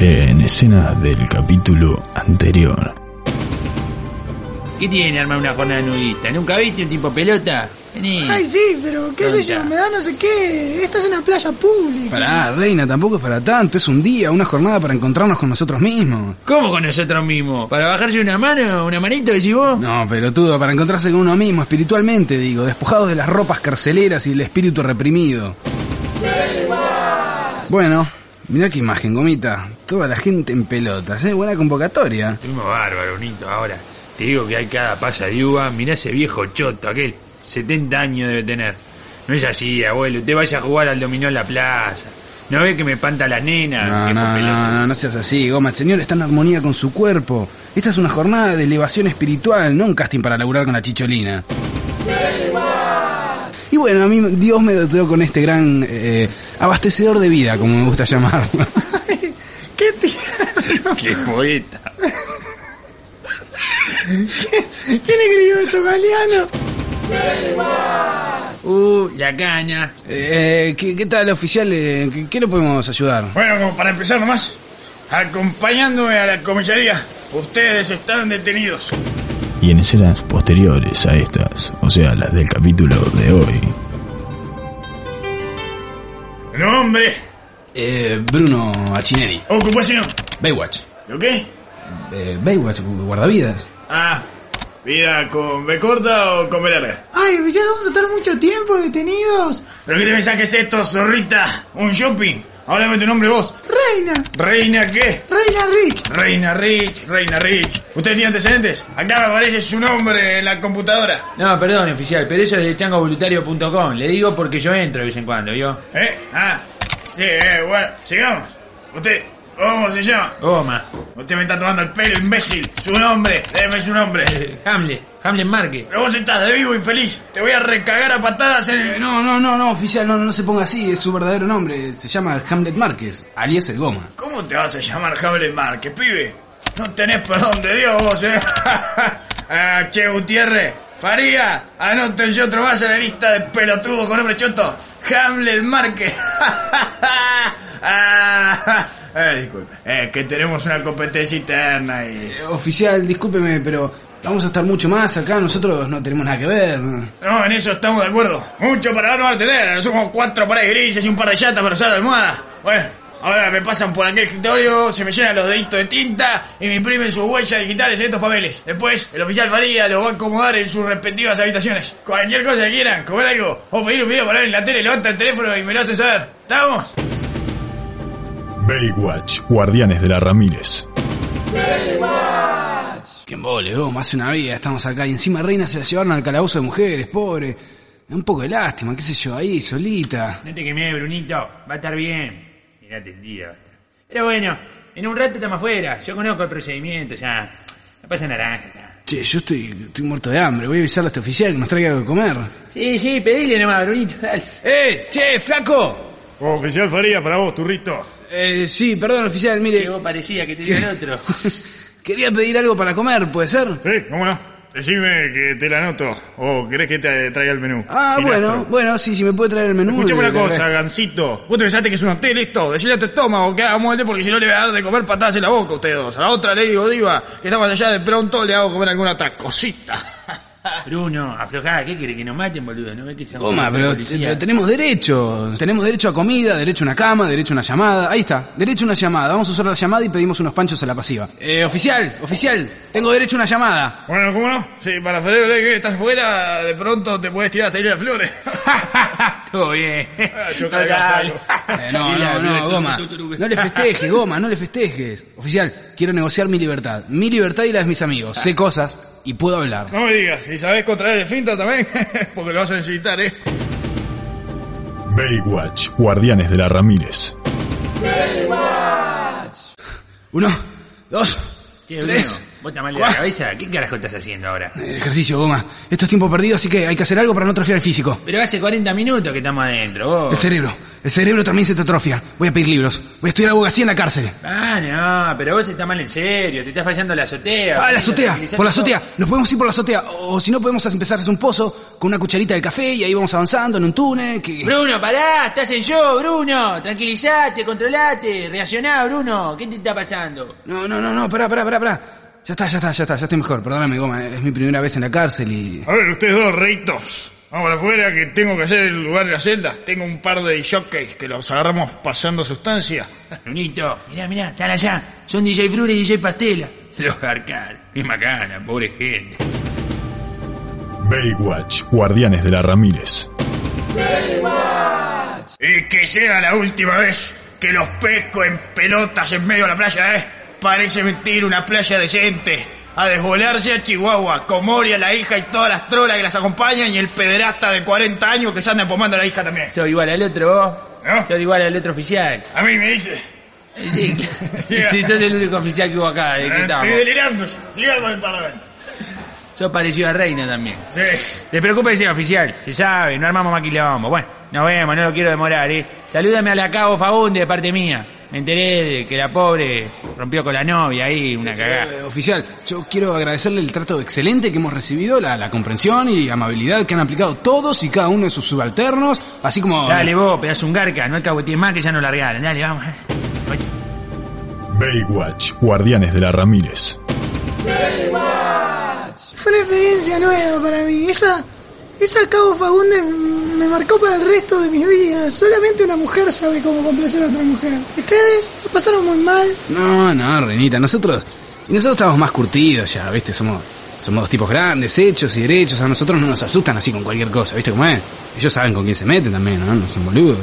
eh, en escenas del capítulo anterior. ¿Qué tiene armar una jornada nudista? ¿Nunca viste un tipo pelota? Vení. Ay, sí, pero qué sé yo, Tonta. me da no sé qué. Esta es una playa pública. Pará, reina, tampoco es para tanto. Es un día, una jornada para encontrarnos con nosotros mismos. ¿Cómo con nosotros mismos? ¿Para bajarse una mano, una manito, decís vos? No, pelotudo, para encontrarse con uno mismo, espiritualmente, digo, despojados de las ropas carceleras y el espíritu reprimido. Bueno, mirá qué imagen, gomita. Toda la gente en pelotas, ¿eh? Buena convocatoria. Estuvimos bárbaros, Nito, ahora. Te digo que hay cada pasa de uva. Mirá ese viejo choto, aquel. 70 años debe tener. No es así, abuelo. Usted vaya a jugar al dominó en la plaza. ¿No ve que me espanta la nena? No, Viejo no, pelota. no, no, no seas así, goma. El señor está en armonía con su cuerpo. Esta es una jornada de elevación espiritual, no un casting para laburar con la chicholina. Y bueno, a mí Dios me dotó con este gran eh, abastecedor de vida, como me gusta llamarlo. Ay, qué tierno. Qué poeta. ¿Quién escribió esto, Galeano? Uh, la caña. Eh, ¿qué, qué tal, oficial? Eh, ¿Qué, qué le podemos ayudar? Bueno, como para empezar nomás, acompañándome a la comisaría, ustedes están detenidos. Y en escenas posteriores a estas, o sea, las del capítulo de hoy, Nombre, Eh, Bruno Achineri, ocupación, Baywatch. ¿lo qué? Eh, Baywatch, gu- guardavidas. Ah, vida con B corta o con B larga. Ay, ya no vamos a estar mucho tiempo detenidos. ¿Pero qué te pensás que es esto, zorrita? ¿Un shopping? Ahora dame tu nombre vos. Reina, ¿Reina qué? Reina Rick. Reina Rich, Reina Rich. ¿Usted tiene antecedentes? Acá me aparece su nombre en la computadora. No, perdón, oficial, pero eso es de changovoluntario.com. Le digo porque yo entro de vez en cuando, ¿yo? ¿Eh? Ah, sí, eh, bueno, sigamos. Usted, ¿cómo se llama? Goma. Usted me está tomando el pelo, imbécil. Su nombre, déme su nombre. Eh, Hamlet, Hamlet Marque. Pero vos estás de vivo, infeliz. Te voy a recagar a patadas en el... Eh, No, no, no, no, oficial, no, no se ponga así, es su verdadero nombre. Se llama Hamlet Márquez, alias el Goma. ¿Cómo te vas a llamar Hamlet Márquez, pibe? No tenés perdón de Dios vos, eh. ah, che, Gutiérrez. Faría, anótense otro más en la lista de pelotudos con nombre choto. Hamlet Márquez. ah, eh, disculpe. Eh, que tenemos una competencia interna y... Eh, Oficial, discúlpeme, pero vamos a estar mucho más acá, nosotros no tenemos nada que ver. No, en eso estamos de acuerdo. Mucho para dar no va a tener. Somos cuatro pares grises y un par de llantas para usar de almohada. Bueno, ahora me pasan por aquel escritorio, se me llenan los deditos de tinta y me imprimen sus huellas digitales en estos papeles. Después, el oficial Faría los va a acomodar en sus respectivas habitaciones. Cualquier cosa que quieran, comer algo o pedir un video para ver en la tele, levanta el teléfono y me lo hacen saber. ¿Estamos? Baywatch, Guardianes de la Ramírez. Que embole, Goma, hace una vida estamos acá y encima Reina se la llevaron al calabozo de mujeres, pobre. Me da Un poco de lástima, qué sé yo, ahí, solita. No te quemé, Brunito. Va a estar bien. Mirá, tío. Pero bueno, en un rato estamos afuera. Yo conozco el procedimiento, ya. La pasa naranja, ya. Che, yo estoy, estoy muerto de hambre, voy a avisarle a este oficial que nos traiga algo de comer. Sí, sí, pedile nomás, Brunito. Dale. ¡Eh, che, flaco! Oh, Oficial Faría, para vos, turrito. Eh, sí, perdón, oficial, Que mire. vos parecía que te dio el otro. Quería pedir algo para comer, ¿puede ser? Sí, Eh, cómo no. Decime que te la anoto. ¿O querés que te traiga el menú? Ah, bueno, bueno, sí, si me puede traer el menú. Escuchame le- una le- cosa, Gancito. ¿Vos te pensaste que es un hotel esto? Decirle a tu estómago que haga muerte porque si no le voy a dar de comer patadas en la boca a ustedes dos. A la otra le digo, diva, que está más allá, de pronto le hago comer alguna otra cosita. Bruno, aflojá, ¿qué quiere que nos maten, boludo? ¿No ves que son Goma, pero policías? te- te- tenemos derecho. Tenemos derecho a comida, derecho a una cama, derecho a una llamada. Ahí está, derecho a una llamada. Vamos a usar la llamada y pedimos unos panchos a la pasiva. Eh, oficial, oficial, tengo derecho a una llamada. Bueno, ¿cómo no? Sí, para febrero que estás fuera, de pronto te puedes tirar hasta Isla de Flores. Todo bien. choca de Total. Eh, no, Y la- no, no, tu- Goma. tu- tu- tu- No le festejes, Goma, no le festejes. Oficial, quiero negociar mi libertad. Mi libertad y la de mis amigos. Sé cosas y puedo hablar. No me digas, ¿y sabés contraer el finta también? porque lo vas a necesitar, ¿eh? Baywatch, Guardianes de la Ramírez. Uno, dos, Che, tres, Bruno. ¿Vos estás mal de la cabeza? ¿Qué carajo estás haciendo ahora? Eh, ejercicio, goma. Esto es tiempo perdido, así que hay que hacer algo para no atrofiar el físico. Pero hace 40 minutos que estamos adentro, vos. El cerebro. El cerebro también se te atrofia. Voy a pedir libros. Voy a estudiar abogacía en la cárcel. Ah, no, pero vos estás mal en serio, te está fallando la azotea. Ah, la Vení, azotea. tranquilizate Por la un poco. azotea. Nos podemos ir por la azotea. O si no, podemos empezar a hacer un pozo con una cucharita de café y ahí vamos avanzando en un túnel. Que... Bruno, pará, estás en yo, Bruno. Tranquilizate, controlate, reaccioná, Bruno. ¿Qué te está pasando? No, no, no, no. Pará, pará, pará, pará. Ya está, ya está, ya está. Ya estoy mejor. Perdóname, goma. Es mi primera vez en la cárcel y... A ver, ustedes dos rectos. Vamos para afuera que tengo que hacer el lugar de las celdas. Tengo un par de jockeys que los agarramos pasando sustancia. Brunito, mirá, mirá, están allá. Son DJ Flores y DJ Pastela. Los arcaron. Es macana, pobre gente. Baywatch, Guardianes de la Ramírez. Y que sea la última vez que los pesco en pelotas en medio de la playa, ¿eh? Parece mentir una playa decente. A desvolarse a Chihuahua, con Moria, la hija y todas las trolas que las acompañan y el pederasta de 40 años que se anda empomando a la hija también. Sos igual al otro, vos. ¿No? Sos igual al otro oficial. A mí me dice, Eh, Sí, sí, sos el único oficial que hubo acá, de que estamos. estoy delirando, siga con el parlamento. Sos parecido a Reina también. Sí. Te preocupes, eh, oficial. Se sabe, no armamos maquilombo. Bueno, nos vemos, no lo quiero demorar, ¿eh? Salúdame a la cabo Fagunde de parte mía. Me enteré de que la pobre rompió con la novia ahí, una cagada. Eh, oficial, yo quiero agradecerle el trato excelente que hemos recibido, la, la comprensión y amabilidad que han aplicado todos y cada uno de sus subalternos, así como... Dale vos, pedazo un garca, no alcahuetees más que ya nos largaron. Dale, vamos. Baywatch, Guardianes de la Ramírez. Fue una experiencia nueva para mí. Esa, esa Cabo Fagundes me marcó para el resto de mis días. Solamente una mujer sabe cómo complacer a otra mujer. Ustedes lo pasaron muy mal. No, no, Renita, nosotros... y Nosotros estamos más curtidos ya, ¿viste? Somos, somos dos tipos grandes, hechos y derechos, a nosotros no nos asustan así con cualquier cosa, ¿viste cómo es? Ellos saben con quién se meten también, ¿no? No son boludos.